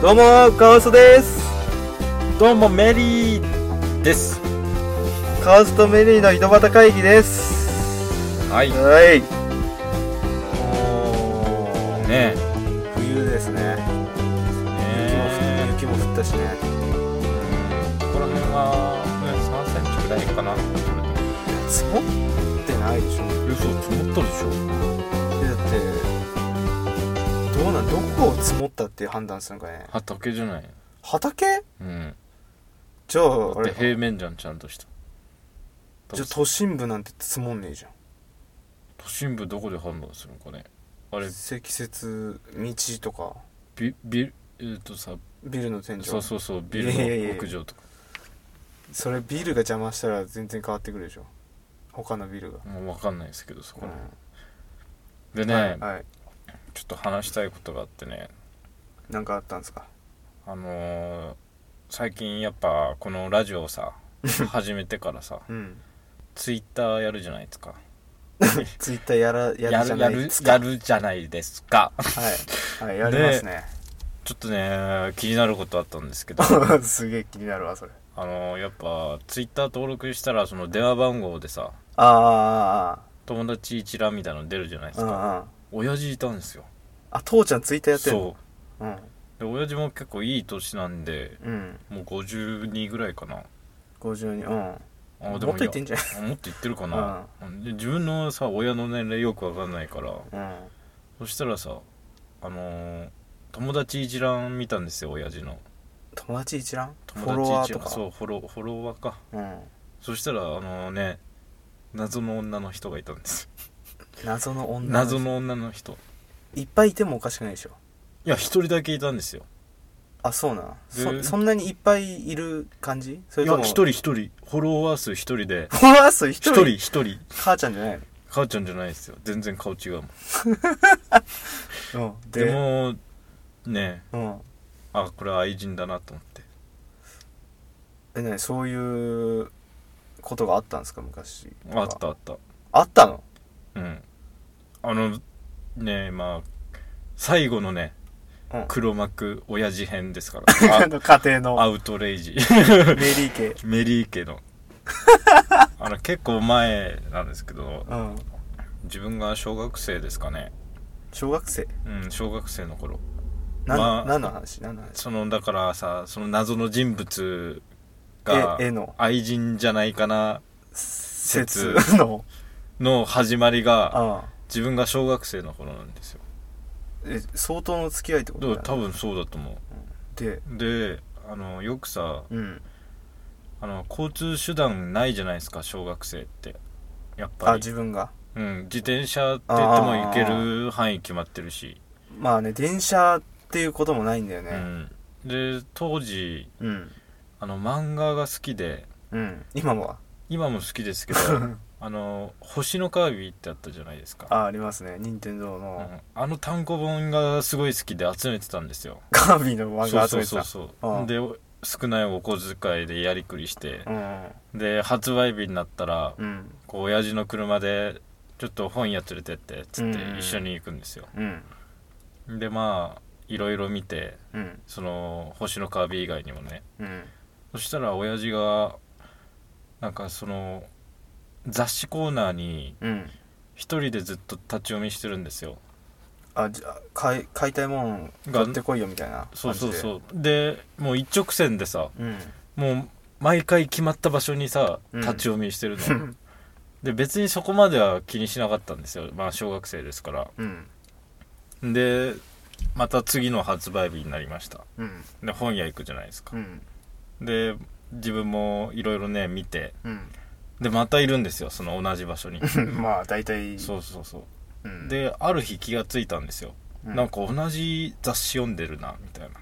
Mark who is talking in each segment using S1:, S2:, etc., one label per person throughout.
S1: どうもカワウソです
S2: どうもメリーです
S1: カワウソとメリーの井戸端会議です
S2: はいね
S1: はいおー
S2: え
S1: 冬ですね
S2: ね
S1: 雪も降っ雪も降ったしね
S2: ここら辺は、ね、3センチぐらいかな
S1: 積もってないでしょ
S2: 嘘積もっとるでしょ
S1: えだってどうなんどこを積もったっていう判断するのかね
S2: 畑じゃない
S1: 畑
S2: うん
S1: じゃああ
S2: で
S1: れ
S2: 平面じゃんちゃんとした
S1: じゃあ都心部なんて積もんねえじゃん
S2: 都心部どこで判断するのかねあれ
S1: 積雪道とか
S2: ビビえっ、とさ
S1: ビルの天井
S2: そうそうそうビ
S1: いやいやい
S2: ル
S1: や
S2: の屋上とか
S1: それビルが邪魔したら全然変わってくるでしょ他のビルが、
S2: もう分かんないですけどそこ
S1: う
S2: ら
S1: ん
S2: 辺でね、
S1: はい、はい、
S2: ちょっと話したいことがあってね
S1: なんかあったんですか
S2: あのー最近やっぱこのラジオを さ始めてからさ
S1: うん
S2: ツイッターやるじゃないですか
S1: ツイッターやらや
S2: や
S1: るじゃ
S2: る
S1: な
S2: や
S1: い
S2: る
S1: ですか
S2: やるじゃないですか
S1: はい、はい、やりますね
S2: ちょっとね気になることあったんですけど
S1: すげえ気になるわそれ
S2: あのーやっぱツイッター登録したらその電話番号でさ
S1: ああ
S2: 友達一覧みたいなの出るじゃないで
S1: あああ
S2: す
S1: あ
S2: か
S1: ああ
S2: 親父いたんですよ
S1: あ父ちゃんツイッターやってる
S2: そう
S1: うん
S2: うで親父も結構いい年なんで
S1: うん
S2: もう52ぐらいかな
S1: 52うん
S2: あ
S1: もっと言ってん
S2: い
S1: じゃ
S2: やもっといってるかな、で自分のさ親の年齢よくわかんないか
S1: な
S2: ら
S1: いうん
S2: そしたらさあのー友達一覧見たんですよ親父の
S1: 友達一覧フォロ
S2: 友
S1: ワ
S2: 達
S1: ーとか
S2: そうフォロフォロワーか
S1: うん
S2: そしたらあのね謎の女の人がいたんです
S1: 謎の女の人
S2: 謎の女の人
S1: いっぱいいてもおかしくないでしょ
S2: いや一人だけいたんですよ
S1: あそうなのそ
S2: で
S1: そんなにいっぱいいる感じそ
S2: い
S1: れと
S2: や
S1: も
S2: 一人一人フォロワー数一人で
S1: フォロワー数一
S2: 一
S1: 人
S2: 人一人
S1: 母ちゃんじゃない
S2: 母ちゃんじゃないですよ全然顔違うもん
S1: のうん
S2: でもね
S1: うん
S2: あこれは愛人だなと思って
S1: えねそういうことがあったんですか昔
S2: あったあった
S1: あったの
S2: うんあのねまあ最後のね
S1: うん
S2: 黒幕親父編ですから あ
S1: あの家庭の
S2: アウトレイジ
S1: メリー家
S2: メリー 家のあの結構前なんですけど
S1: うん
S2: 自分が小学生ですかね
S1: 小学生
S2: うん小学生の頃
S1: 何,、
S2: まあ
S1: 何の話何の話
S2: そのだからさその謎の人物が
S1: 絵絵の
S2: 愛人じゃないかな
S1: 説
S2: 説
S1: の
S2: の始まりが
S1: ああ
S2: 自分が小学生の頃なんですよ
S1: え相当の付き合いってこ
S2: だ
S1: と
S2: から
S1: だ
S2: 多
S1: よね
S2: 分そうだと思
S1: で
S2: うであのよくさ
S1: うん
S2: あの交通手段ないじゃないですか小学生ってやっ
S1: あ
S2: ぱり
S1: 自分が
S2: うん、自転車って言っても行ける範囲決まってるし、
S1: まあね電車っていうこともないんだよ
S2: う
S1: ね
S2: ん、で当時
S1: うん
S2: あの漫画が好きで
S1: うん今もは
S2: 今も好きですけ どあの「星のカービィ」ってあったじゃないですか
S1: あありますね任天堂
S2: う
S1: の
S2: んあの単行本がすごい好きで集めてたんですよ
S1: カービィの漫
S2: そう
S1: 画集
S2: そう
S1: めて
S2: そう
S1: た
S2: そう
S1: うん
S2: で少ないお小遣いでやりくりして
S1: うん
S2: で発売日になったら
S1: うん
S2: こう親父の車でちょっと本屋連れてってっつって
S1: うん
S2: 一緒に行くんですよ
S1: うん
S2: でまあいろいろ見て
S1: うん
S2: その星のカービィ以外にもね
S1: うん
S2: そしたら親父がなんかその雑誌コーナーに
S1: うん
S2: 一人でずっと立ち読みしてるんですよ
S1: あじゃあ買い買いたいもん買ってこいよみたいな
S2: そうそう
S1: 感
S2: そうでもう一直線でさ
S1: じで
S2: もう毎回決まった場所にさ
S1: うん
S2: 立ち読みしてる
S1: う
S2: の、
S1: ん
S2: で別にそこまでは気にしなかったんですよまあ小学生ですから
S1: うん
S2: でまた次の発売日になりました
S1: うん
S2: で本屋行くじゃないですか
S1: う、ん
S2: で自分もいろいろね見て
S1: う
S2: でまたいるんですよその同じ場所 に
S1: んまあ大体
S2: そうそうそう
S1: うん
S2: である日気がついたんですよ、
S1: うん
S2: なんか同じ雑誌読んでるなみたいな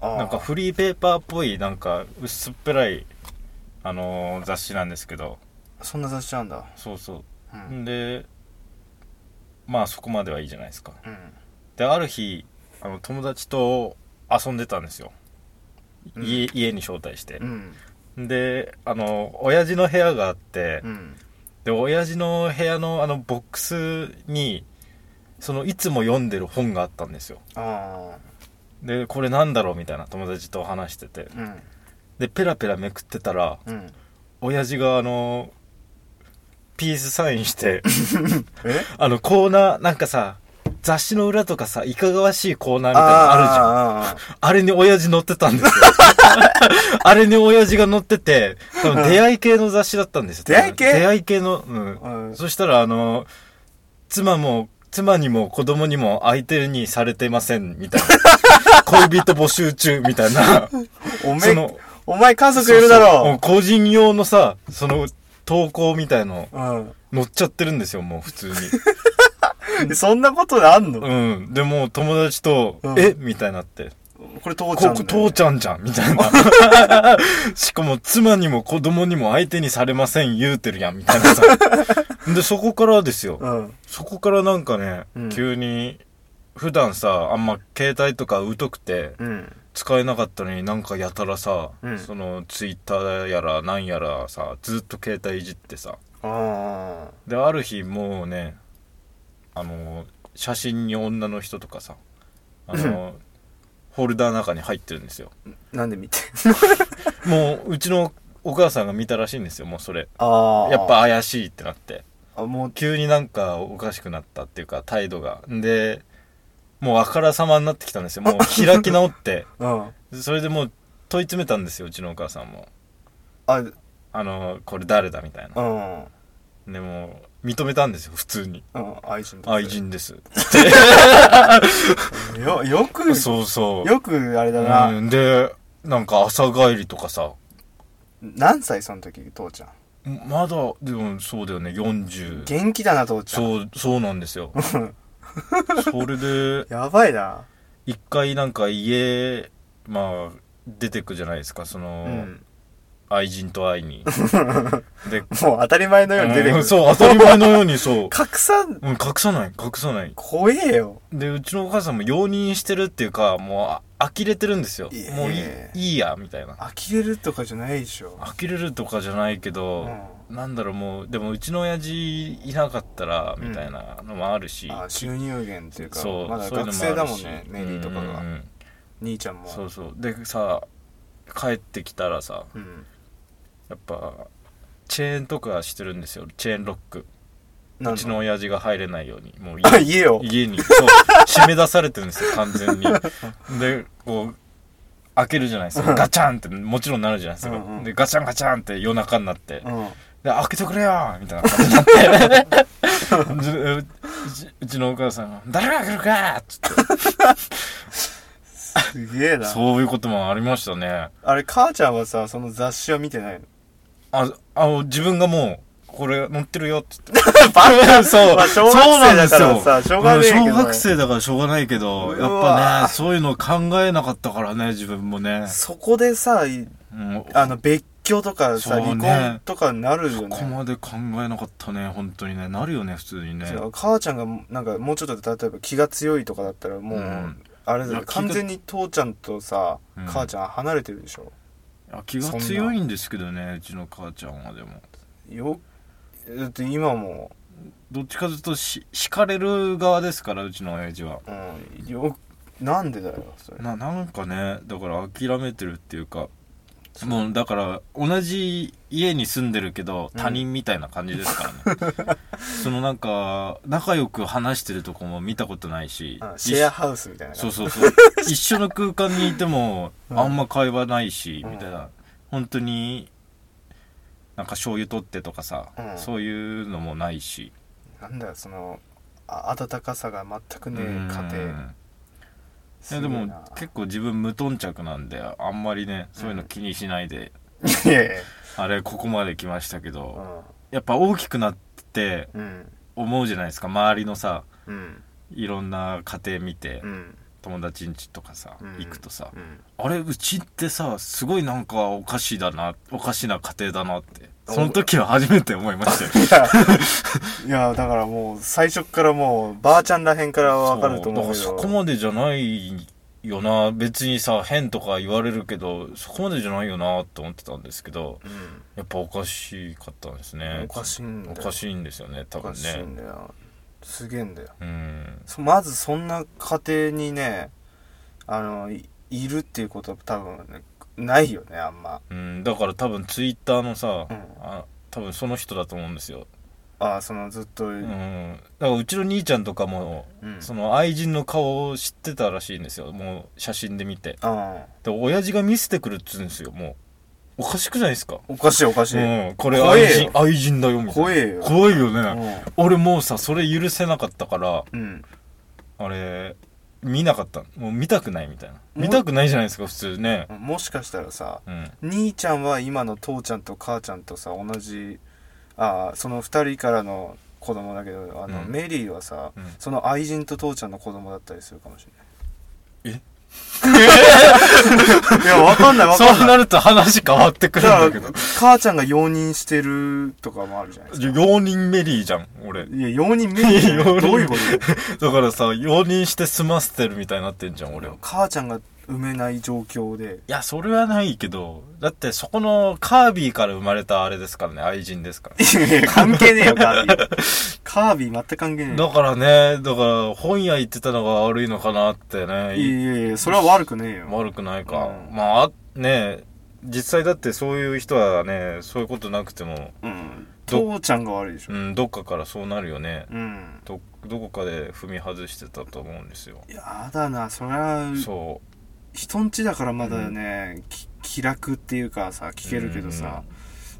S1: ああ
S2: なんかフリーペーパーっぽいなんか薄っぺらいあのー雑誌なんですけど
S1: そんな雑誌なんだ
S2: そうそううんんでまあそこまではいいじゃないですか
S1: うん
S2: である日あの友達と遊んでたんですよ、
S1: うん
S2: 家家に招待して
S1: う、ん
S2: であの親父の部屋があって、
S1: うん
S2: で親父の部屋のあのボックスにそのいつも読んでる本があったんですよ
S1: ああ
S2: でこれなんだろうみたいな友達と話してて
S1: うん
S2: でペラペラめくってたら
S1: うん
S2: 親父があのピースサインして
S1: え
S2: あのコーナーなんかさ雑誌の裏とかさいかがわしいコーナーみたいなのあるじゃん
S1: あるじ
S2: あれに親父乗ってたん ですよ。あれに親父が乗ってて、多分出会い系の雑誌だったんですよ。
S1: 出会い系
S2: 出会い系の、うん。
S1: うん
S2: そしたら、あの、妻も、妻にも子供にも相手にされてません、みたいな。恋人募集中、みたいな。
S1: お
S2: そ
S1: め
S2: の
S1: お前家族いるだ
S2: そうそうも
S1: ろ
S2: う個人用のさ、その、投稿みたいの、
S1: う
S2: 乗っちゃってるんですよ、もう普通 に。
S1: んそんなことであんの
S2: うん。で、もう友達と、
S1: うん
S2: えみたいになって。
S1: これ父ちゃんだよ
S2: ここ
S1: ね
S2: 父ちゃんじゃんみたいな。 しかも妻にも子供にも相手にされません言うてるやんみたい なさ。で、そこからですよ。
S1: うん
S2: そこからなんかね、
S1: うん
S2: 急に、普段さ、あんま携帯とか疎くて
S1: うん
S2: 使えなかったのになんかやたらさ、
S1: うん
S2: そのツイッターやらなんやらさ、ずっと携帯いじってさ。
S1: あ
S2: で、ある日もうね、あの、写真に女の人とかさ、あの、ホルダーの中に入ってるんですよ。
S1: あなんで見て
S2: もううちのお母さんが見たらしいんですよもうそれ
S1: ああ
S2: やっぱ怪しいってなって
S1: あもう
S2: 急になんかおかしくなったっていうか態度がでもうあからさまになってきたんですよもう開き直って
S1: うん
S2: それでもう問い詰めたんですようちのお母さんも
S1: あうん
S2: あのこれ誰だみたいな
S1: うん
S2: でもう認めたんですよ普通に
S1: 愛人
S2: 愛人です
S1: よよく
S2: そうそう
S1: よくあれだな、
S2: うんでなんか朝帰りとかさ
S1: 何歳その時父ちゃん
S2: まだでもそうだよね40
S1: 元気だな父ちゃん
S2: そうそうなんで すよそれで
S1: やばいな
S2: 一回なんか家まあ出てくじゃないですかその、
S1: うん
S2: 愛人と会い にで
S1: もう当たり前のように出てく
S2: う
S1: る
S2: んそう当たり前のようにそう、
S1: 隠さん
S2: うん、隠さない隠さない
S1: 怖えよ
S2: でうちのお母さんも容認してるっていうかもうあ呆れてるんですよ
S1: いえ
S2: もういいいいやみたいな
S1: 呆れるとかじゃないでしょ
S2: 呆れるとかじゃないけど、なんだろうもうでもうちの親父いなかったらみたいなのもあるし、
S1: あ収入源っていうか
S2: そう
S1: まだ
S2: そういう
S1: 学
S2: のも
S1: 生だもん
S2: あ
S1: ね
S2: るし
S1: ネリーとかが、
S2: うんうんうん
S1: 兄ちゃんも
S2: そうそうでさ帰ってきたらさ
S1: うん、
S2: やっぱチェーンとかしてるんですよチェーンロック
S1: なん
S2: うちの親父が入れないようにもう
S1: あ家を
S2: 家にそう締め出されてるんですよ完 全にでこう開けるじゃないで すかガチャンってもちろんなるじゃないですか、
S1: うんうん
S2: でガチャンガチャンって夜中になって、で
S1: うん
S2: 開けてくれよみたいな感じになって うちうちうちのお母さんが「誰が開けるか!」っ つって
S1: すげえな
S2: そういうこともありましたね
S1: あれ母ちゃんはさその雑誌は見てないの
S2: あ、あの、自分がもう、これ乗ってるよって言っ て。
S1: バ
S2: そう、
S1: まあ小
S2: そ
S1: 学
S2: うな
S1: 生
S2: んで
S1: だ
S2: す
S1: から
S2: よ
S1: さしょうがねえけどね
S2: うん小学生だからしょうがないけど、
S1: う
S2: やっ
S1: わ
S2: ぱね、そういうの考えなかったからね、自分もね。
S1: そこでさ
S2: うん、
S1: あの別居とかさ、
S2: そうね
S1: 離婚とかになるよ
S2: ここ
S1: ね
S2: まで考えなかったね、本当にね。なるよね、普通にね。
S1: 母ちゃんがなんかもうちょっと例えば気が強いとかだったらもう、
S2: うん
S1: あれだ
S2: いや
S1: よ
S2: 気が
S1: 完全に父ちゃんとさ、
S2: うん
S1: 母ちゃん離れてるでしょ
S2: あ気が強いんですけどね、うちの母ちゃんはでも。
S1: よだって今も、
S2: どっちかというとし、敷かれる側ですから、うちの親父は。
S1: うん、よなんでだよそれ
S2: ななんかねだから諦めてるっていうかもうだから同じ家に住んでるけど
S1: うん
S2: 他人みたいな感じですからね、 そのなんか仲良く話してるとこも見たことないし
S1: あ
S2: 一
S1: シェアハウスみたいな
S2: そう
S1: そ
S2: そ うそう一緒の空間にいても
S1: うん
S2: あんま会話ないし、
S1: うん
S2: みたいな本当になんか醤油取ってとかさ、
S1: うん
S2: そういうのもないし
S1: なんだよそのあ温かさが全くねえ家庭
S2: うんい
S1: す
S2: や
S1: ご
S2: で
S1: いな
S2: も結構自分無頓着なんであんまりねそういうの気にしないで、
S1: いやいや
S2: あれここまで来ましたけ
S1: う
S2: ど
S1: ん
S2: やっぱ大きくなって
S1: うん
S2: 思うじゃないですか周りのさ
S1: うん
S2: いろんな家庭見て、
S1: うん
S2: 友達ん家とかさ、
S1: うん
S2: 行くとさ、
S1: うん
S2: あれうちってさすごいなんかおかしいだなおかしな家庭だなってその時は初めて思いま したよ
S1: いやいやだからもう最初っからもうばあちゃんらへんからは分かると思うけ
S2: そだからそ
S1: ど
S2: こまでじゃないよな別にさ変とか言われるけどそこまでじゃないよなと思ってたんですけど
S1: う
S2: やっぱおかしかったんですね
S1: んおかしいんだよ
S2: おかしいんですよね多
S1: お
S2: 分
S1: かしい
S2: ね
S1: んだよすげえんだよ
S2: うん
S1: そまずそんな家庭にねあのいいるっていうことは多分ねないよねあんま
S2: うん、だから多分ツイッターのさ、
S1: うん
S2: あ多分その人だと思うんですよ、
S1: ああそのずっと、う
S2: うんん、だからうちの兄ちゃんとかも、その愛人の顔を知ってたらしいんですよもう写真で見て
S1: ああ
S2: で親父が見せてくるっつうんですよもうおかしくないですか
S1: おかしいおかし
S2: う
S1: い、
S2: ん、これ
S1: 怖え
S2: 愛
S1: よ
S2: 人愛人だよみたいな
S1: 怖えよ
S2: 怖いよね、
S1: うん
S2: 俺もうさそれ許せなかったから
S1: うん
S2: あれ見なかったもう見たくないみたいな
S1: うん
S2: 見たくないじゃないですか普通ね
S1: もしかしたらさ
S2: うん
S1: 兄ちゃんは今の父ちゃんと母ちゃんとさ同じああその二人からの子供だけどあの、
S2: うん
S1: メリーはさ、
S2: うん
S1: その愛人と父ちゃんの子供だったりするかもしれない
S2: え
S1: いやわかんないわかん
S2: そう
S1: ない
S2: なると話変わってくるんだ
S1: だ
S2: け
S1: か
S2: ど
S1: ら母ちゃんが容認してるとかもあるじゃないですか
S2: 容認メリーじゃん俺
S1: いや容認メリー
S2: 容認
S1: どういうこと
S2: だからさ容認して済ませてるみたいになってんじゃん 俺をい
S1: 母ちゃんが産めない状況で
S2: やそれはないけどだってそこのカービィから生まれたあれですからね愛人ですから
S1: いやいや関係ねえよカービィカービィ全く関係ねえ
S2: だ
S1: よ
S2: からねだから本屋行ってたのが悪いのかなってね
S1: いやいやいやそれは悪くねえよ
S2: 悪くないか、
S1: うん
S2: まああね実際だってそういう人はねそういうことなくても、
S1: うん
S2: ど
S1: 父ちゃんが悪いでしょ
S2: うん、どっかからそうなるよね
S1: うん
S2: どどこかで踏み外してたと思うんですよ、
S1: やだなそりゃ
S2: そ
S1: 人んちだからまだね、き気楽っていうかさ聞けるけどさ、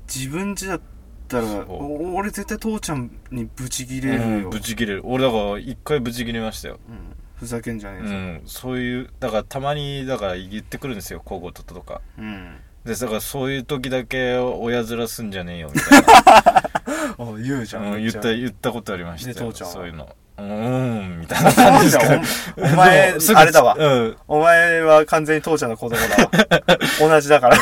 S1: 自分ちだったら
S2: そう
S1: お俺絶対父ちゃんにブチギ
S2: う、
S1: レる
S2: う
S1: よ、
S2: ん、ブチ切れる俺だから一回ブチ切れましたよ
S1: うんふざけんじゃね
S2: う
S1: えぞ、
S2: ん、そういうだからたまにだから言ってくるんですよ小言とか
S1: うん
S2: でだからそういう時だけ親面すんじゃねえ よみたいな、
S1: あ言うじゃん、
S2: うん、
S1: め
S2: 言
S1: っちゃ
S2: った言ったことありましたよ
S1: で父ちゃんは
S2: そういうのうーんみたいな感じですから
S1: お前お前
S2: でもすぐ
S1: あれだわ
S2: うん、
S1: お前は完全に父ちゃんの子供だ わ同じだから、
S2: い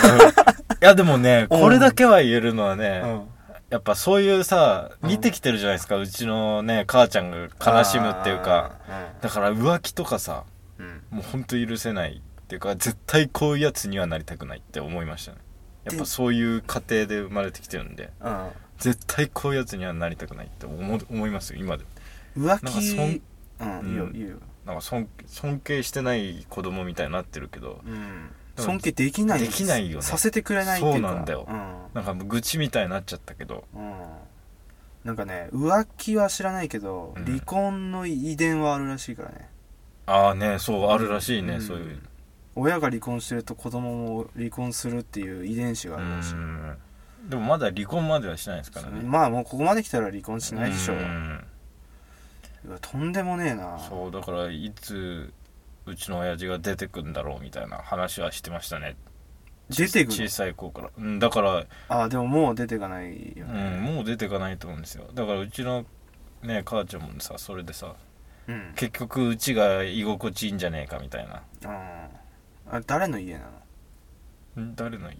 S2: やでもね、
S1: うん
S2: これだけは言えるのはね、
S1: うん
S2: やっぱそういうさ、
S1: うん
S2: 見てきてるじゃないですか、うちのね、母ちゃんが悲しむっていうか、だから浮気とかさ、
S1: うん、うん
S2: もうほんと許せないっていうか、絶対こういうやつにはなりたくないって思いましたね。やっぱそういう家庭で生まれてきてるんで、
S1: う
S2: 絶対こういうやつにはなりたくないって思う思いますよ、今で。
S1: ん、浮
S2: なんかそん
S1: 気うんいいよいいよ、
S2: なんか尊尊敬してない子供みたいになってるけど、
S1: うん、
S2: でも
S1: 尊敬できない
S2: できないよね
S1: させてくれないっていうか
S2: そうなんだよなんかもう愚痴みたいになっちゃったけど、
S1: うん、うんなんかね浮気は知らないけど、
S2: うん
S1: 離婚の遺伝はあるらしいからね
S2: ああね、そう、あるらしいね、
S1: うん
S2: そういう。
S1: 親が離婚してると子供も離婚するっていう遺伝子があ
S2: う
S1: るらしい、
S2: んでもまだ離婚まではしないですからね
S1: まあもうここまで来たら離婚しないでしょう
S2: うん
S1: うわとんでもねえな
S2: そうだからいつうちの親父が出てくんだろうみたいな話はしてましたね
S1: 出てくる
S2: 小さい子から、うん、だから、
S1: あでももう出てかないよ
S2: う
S1: ね
S2: ん、もう出てかないと思うんですよだからうちのね母ちゃんもさそれでさ
S1: うん、
S2: 結局うちが居心地いいんじゃねえかみたいな
S1: あーあ誰の家なの
S2: ん誰の家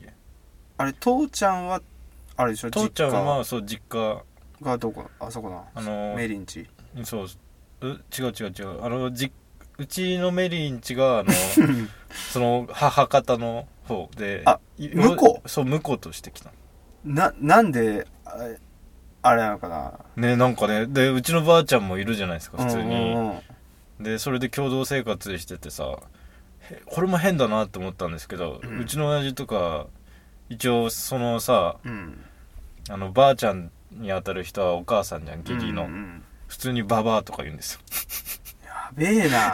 S1: あれ父ちゃんはあれでしょ
S2: 父ちゃん
S1: 実
S2: はそう実家
S1: 家がどこあそこな
S2: あの
S1: メリンチ
S2: そうう違う違う違うあのじうちのメリンちがあ のその母方の方で
S1: あ
S2: い
S1: 婿
S2: そう婿としてきた
S1: ななんであれあれなのかな
S2: ねなんかねでうちのばあちゃんもいるじゃないですか普通に、
S1: うんうんうん
S2: でそれで共同生活しててさへこれも変だなって思ったんですけど、
S1: う
S2: うんちの親父とか一応そのさ
S1: うん
S2: あのばあちゃんに当たる人はお母さんじゃん義理の、
S1: うんうん
S2: 普通にババアとか言うんですよ
S1: やべえな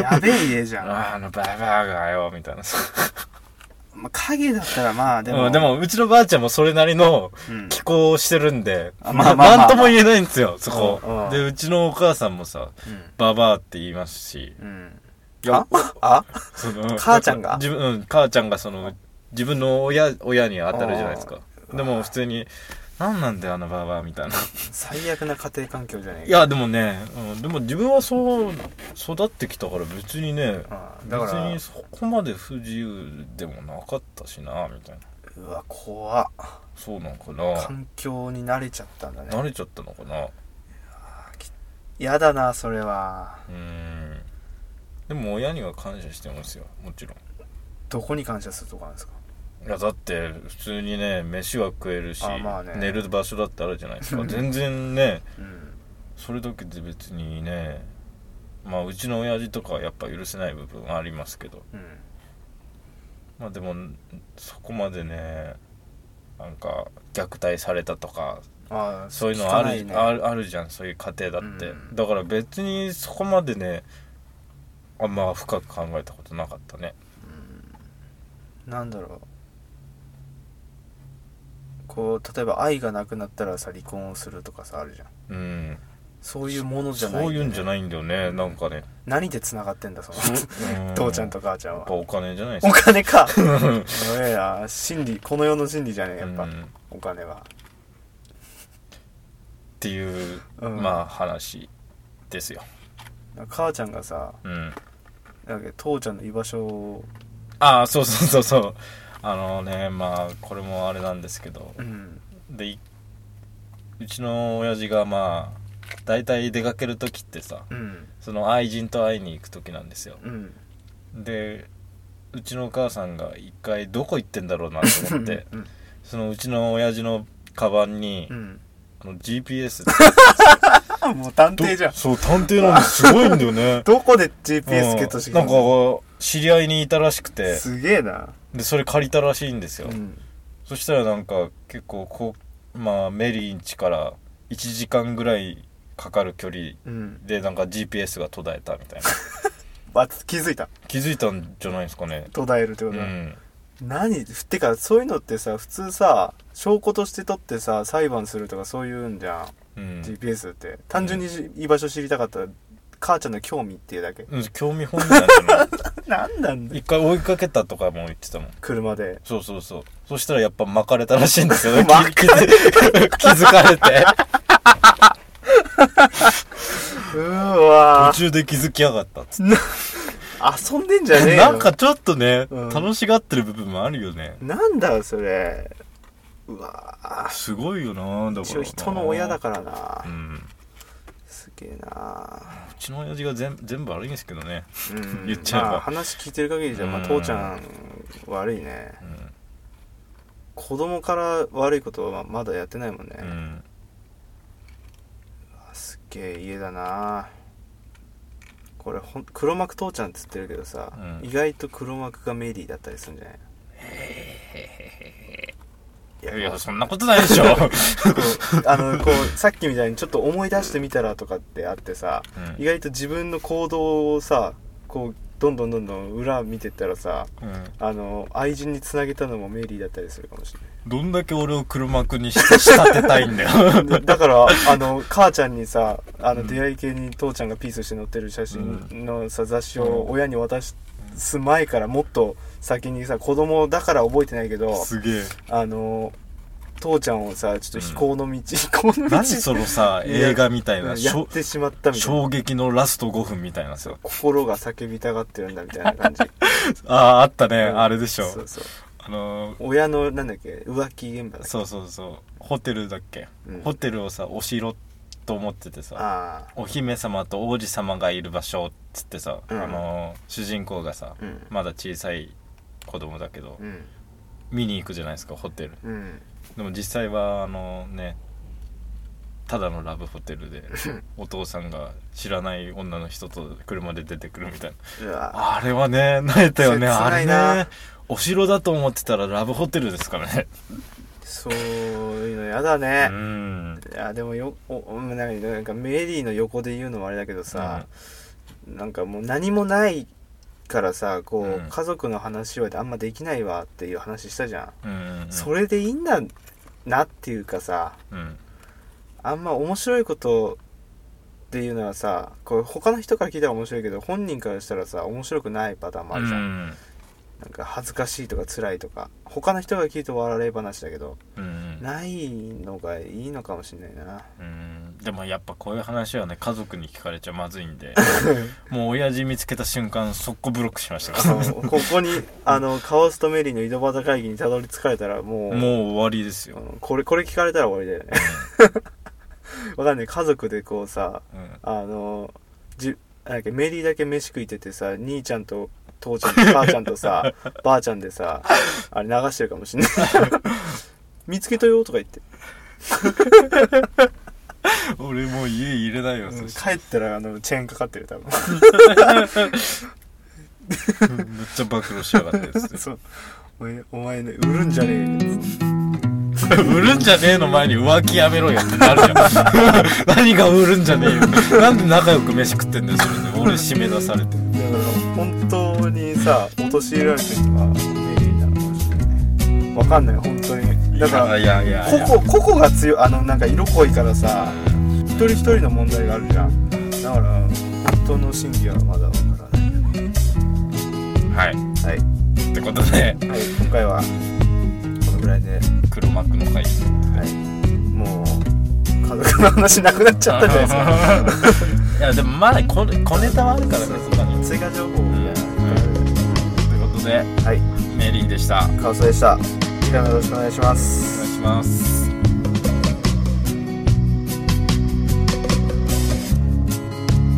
S1: やべえ家じ
S2: 「あ
S1: ゃん
S2: ーあのババアがよ」みたいなさ
S1: まあ、影だったらまあで
S2: で
S1: も、
S2: もでもうちのばあちゃんもそれなりの
S1: うん
S2: 気候をしてるんで、
S1: あま
S2: ま
S1: あ
S2: あ、
S1: まあまあ
S2: なんとも言えないんですよそこ、
S1: うんうん
S2: でうちのお母さんもさババアって言いますし
S1: うんうん
S2: いや
S1: あ
S2: その
S1: 母ちゃんが
S2: 自分、うん、母ちゃんがその自分の親親に当たるじゃないですか
S1: あー
S2: でも普通に「何なんだよあのババア」みた いな
S1: 最悪な家庭環境じゃねえか
S2: いやでもね、うん、でも自分はそう育ってきたから別にね
S1: うんだ
S2: 別
S1: から
S2: にそこまで不自由でもなかったしなみたいな
S1: うわ怖っ
S2: そうなのかな
S1: 環境に慣れちゃったんだね
S2: 慣れちゃったのかなう
S1: やだなそれは
S2: ーんでも親には感謝してますよもちろん
S1: どこに感謝するとこなんですか
S2: いやだって普通にね飯は食えるし、
S1: あまあね
S2: 寝る場所 だってあるじゃないですか全然ね
S1: うん
S2: それだけで別にねまあうちの親父とかはやっぱ許せない部分はありますけど
S1: うん
S2: まあでもそこまでねなんか虐待されたとか
S1: ああ
S2: そういうのある,、
S1: 聞か
S2: あ
S1: ないね
S2: るあるじゃんそういう家庭だって、
S1: うん
S2: だから別にそこまでねあんま深く考えたことなかったね
S1: なんだろうこう例えば愛がなくなったらさ離婚をするとかさあるじゃん
S2: うん
S1: そういうものじゃない
S2: そういうんじゃ
S1: い
S2: ないんだよねなんかね
S1: 何で繋がってんだその
S2: う
S1: 父ちゃんと母ちゃん
S2: やっ
S1: は
S2: ぱお金じゃないで
S1: お
S2: すか
S1: 金かやべえな心理この世の心理じゃねえやっぱ、
S2: うんっ
S1: お金は
S2: ていう、
S1: うん
S2: まあ話ですよ、
S1: 母ちゃんがさ
S2: うん、
S1: なんか父ちゃんの居場所を、
S2: ああそうそうそうそうあのねまあこれもあれなんですけど
S1: うん、
S2: でいうちの親父がまあ大体出かける時ってさ
S1: うん
S2: その愛人と会いに行く時なんですよ
S1: うん
S2: でうちのお母さんが一回どこ行ってんだろうなと思って
S1: うん
S2: そのうちの親父のカバンに、
S1: うん
S2: あの GPS
S1: あもう探
S2: ど
S1: 偵じゃん
S2: そう探偵なんですごいんだ よね
S1: どこで
S2: うん
S1: GPS ゲットしてき
S2: な
S1: た
S2: んか
S1: の
S2: 知り合いにいたらしくて
S1: すげえな
S2: でそれ借りたらしいんですよ、
S1: うん
S2: そしたらなんか結構こう、まあ、メリーん家から1時間ぐらいかかる距離
S1: うん
S2: でなんか GPS が途絶えたみたい な
S1: あ気づいた
S2: 気づいたんじゃないですかね
S1: 途絶えるって
S2: う
S1: ことだ、
S2: ん
S1: 何ってかそういうのってさ普通さ証拠として取ってさ裁判するとかそういうんじゃん、
S2: うん、
S1: GPS って単純にじ居場所知りたかったら母ちゃんの興味っていうだけ
S2: うん、興味本位なんじゃない
S1: 何なんよ
S2: 一回追いかけたとかも言ってたもん
S1: 車で
S2: そうそうそうそしたらやっぱ巻かれたらしいんですよね
S1: 巻
S2: 気づ 気づかれて
S1: うーわ
S2: 途中で気づきやがったっつっ
S1: ー遊んでんじゃねえ
S2: て
S1: よ
S2: なんかちょっとね、
S1: うん
S2: 楽しがってる部分もあるよね
S1: なんだそれうわー
S2: すごいよなだか
S1: 一
S2: ら
S1: 応人の親だからな
S2: うん
S1: すげえな
S2: うちの親父が全全部悪いんですけどね、
S1: うん
S2: 言っちゃえば
S1: まあ話聞いてる限りじゃまあ
S2: うん
S1: 父ちゃん悪いね
S2: うん
S1: 子供から悪いことはまだやってないもんね、
S2: うん、
S1: すっげえ家だなこれほん黒幕父ちゃんっつってるけどさ、
S2: うん
S1: 意外と黒幕がメリーだったりするんじゃないい
S2: い
S1: ま
S2: や
S1: あ
S2: そんなことないでしょ、
S1: こうあのこうさっきみたいにちょっと思い出してみたらとかってあってさ
S2: うん
S1: 意外と自分の行動をさこうどんどんどんどん裏見てったらさ
S2: うん
S1: あの愛人につなげたのもメリーだったりするかもしれない
S2: どんだけ俺を黒幕にし仕立てたいんだよ
S1: で だからあの母ちゃんにさあ
S2: う
S1: の
S2: ん
S1: 出会い系に父ちゃんがピースして載ってる写真のさ雑誌を親に渡す前からもっと先にさ子供だから覚えてないけど
S2: すげえ
S1: あの父ちゃんをさちょっと非行の道、非行の道
S2: 何そのさ
S1: いや
S2: 映画みたい
S1: うん
S2: なし
S1: やっ
S2: ょ
S1: てしまったみたいな
S2: 衝撃のラスト5分みたいなさ
S1: 心が叫びたがってるんだみたいな感じ
S2: ああーあったね、
S1: うん
S2: あれ でしょ
S1: そうそう
S2: あのー
S1: 親のなんだっけ浮気現場だっけ
S2: そうそうそうホテルだっけ、
S1: うん
S2: ホテルをさお城と思っててさ
S1: あ
S2: お姫様と王子様がいる場所っつってさ、
S1: うん
S2: あのー主人公がさ、
S1: あうん
S2: まだ小さい子供だけど、
S1: うん
S2: 見に行くじゃないですかホテル
S1: うん
S2: でも実際はあのねただのラブホテ ルでお父さんが知らない女の人と車で出てくるみたいな
S1: うわ
S2: あれはね泣いたよね
S1: 切
S2: あ
S1: な
S2: れ
S1: いな
S2: ねお城だと思ってたらラブホテルですからね
S1: そういうのやだね、
S2: うん
S1: いやでもよおおなんかなんかメリーの横で言うのもあれだけどさ、なんかもう何もないからさこう、
S2: うん
S1: 家族の話はあんまできないわっていう話したじゃん、
S2: うんうんうん
S1: それでいいんだなっていうかさ
S2: うん
S1: あんま面白いことっていうのはさこう他の人から聞いたら面白いけど本人からしたらさ面白くないパターンもあるじゃん、なんか恥ずかしいとか辛いとか他の人が聞いて笑い話だけど
S2: うんうん
S1: ないのがいいのかもしれないな
S2: うんでもやっぱこういう話はね家族に聞かれちゃまずい んでもう親父見つけた瞬間速攻ブロックしました
S1: あ
S2: か
S1: のここにあのカオスとメリーの井戸端会議にたどり着かれたらもう
S2: ら もう終わりです
S1: う
S2: よ、
S1: んこれこれ聞かれたら終わりだよね わかんない家族でこうさ
S2: うん
S1: あのじなんだっけメリーだけ飯食いててさ兄ちゃんと父ちゃんと母ちゃんとさばあちゃんでさあれ流してるかもしんない見つけたよとか言って
S2: お俺もう家入れないよ、
S1: うん
S2: そ した
S1: 帰ったらあのチェーンかかってる多分
S2: らめっちゃ暴露しやがってですね
S1: そうお前お前ね売るんじゃねえよ
S2: 売るんじゃねえの前に浮気やめろよってなる じゃん何が売るんじゃねえよなんで仲良く飯食ってんだよそれで俺締め出されて
S1: だから本当にさ陥れられてるのがメリーなのかもしれないねわかんない本当にだから
S2: いやいやいやいや
S1: 個々個々が強いあのなんか色濃いからさ一人一人の問題があるじゃんだから本当の真偽はまだわからないよね
S2: はい
S1: はい、
S2: ってことで
S1: はい、今回はこのぐらいで
S2: 黒幕の
S1: は
S2: 回
S1: いもう家族の話なくなっちゃったじゃないですか
S2: いやでもまだ小小ネタはあるからねそこ に
S1: 追加情報み
S2: ん
S1: たいな
S2: ということで
S1: はい
S2: メリーでしたお
S1: 感想でした次回もよろしくお願いします
S2: 願いします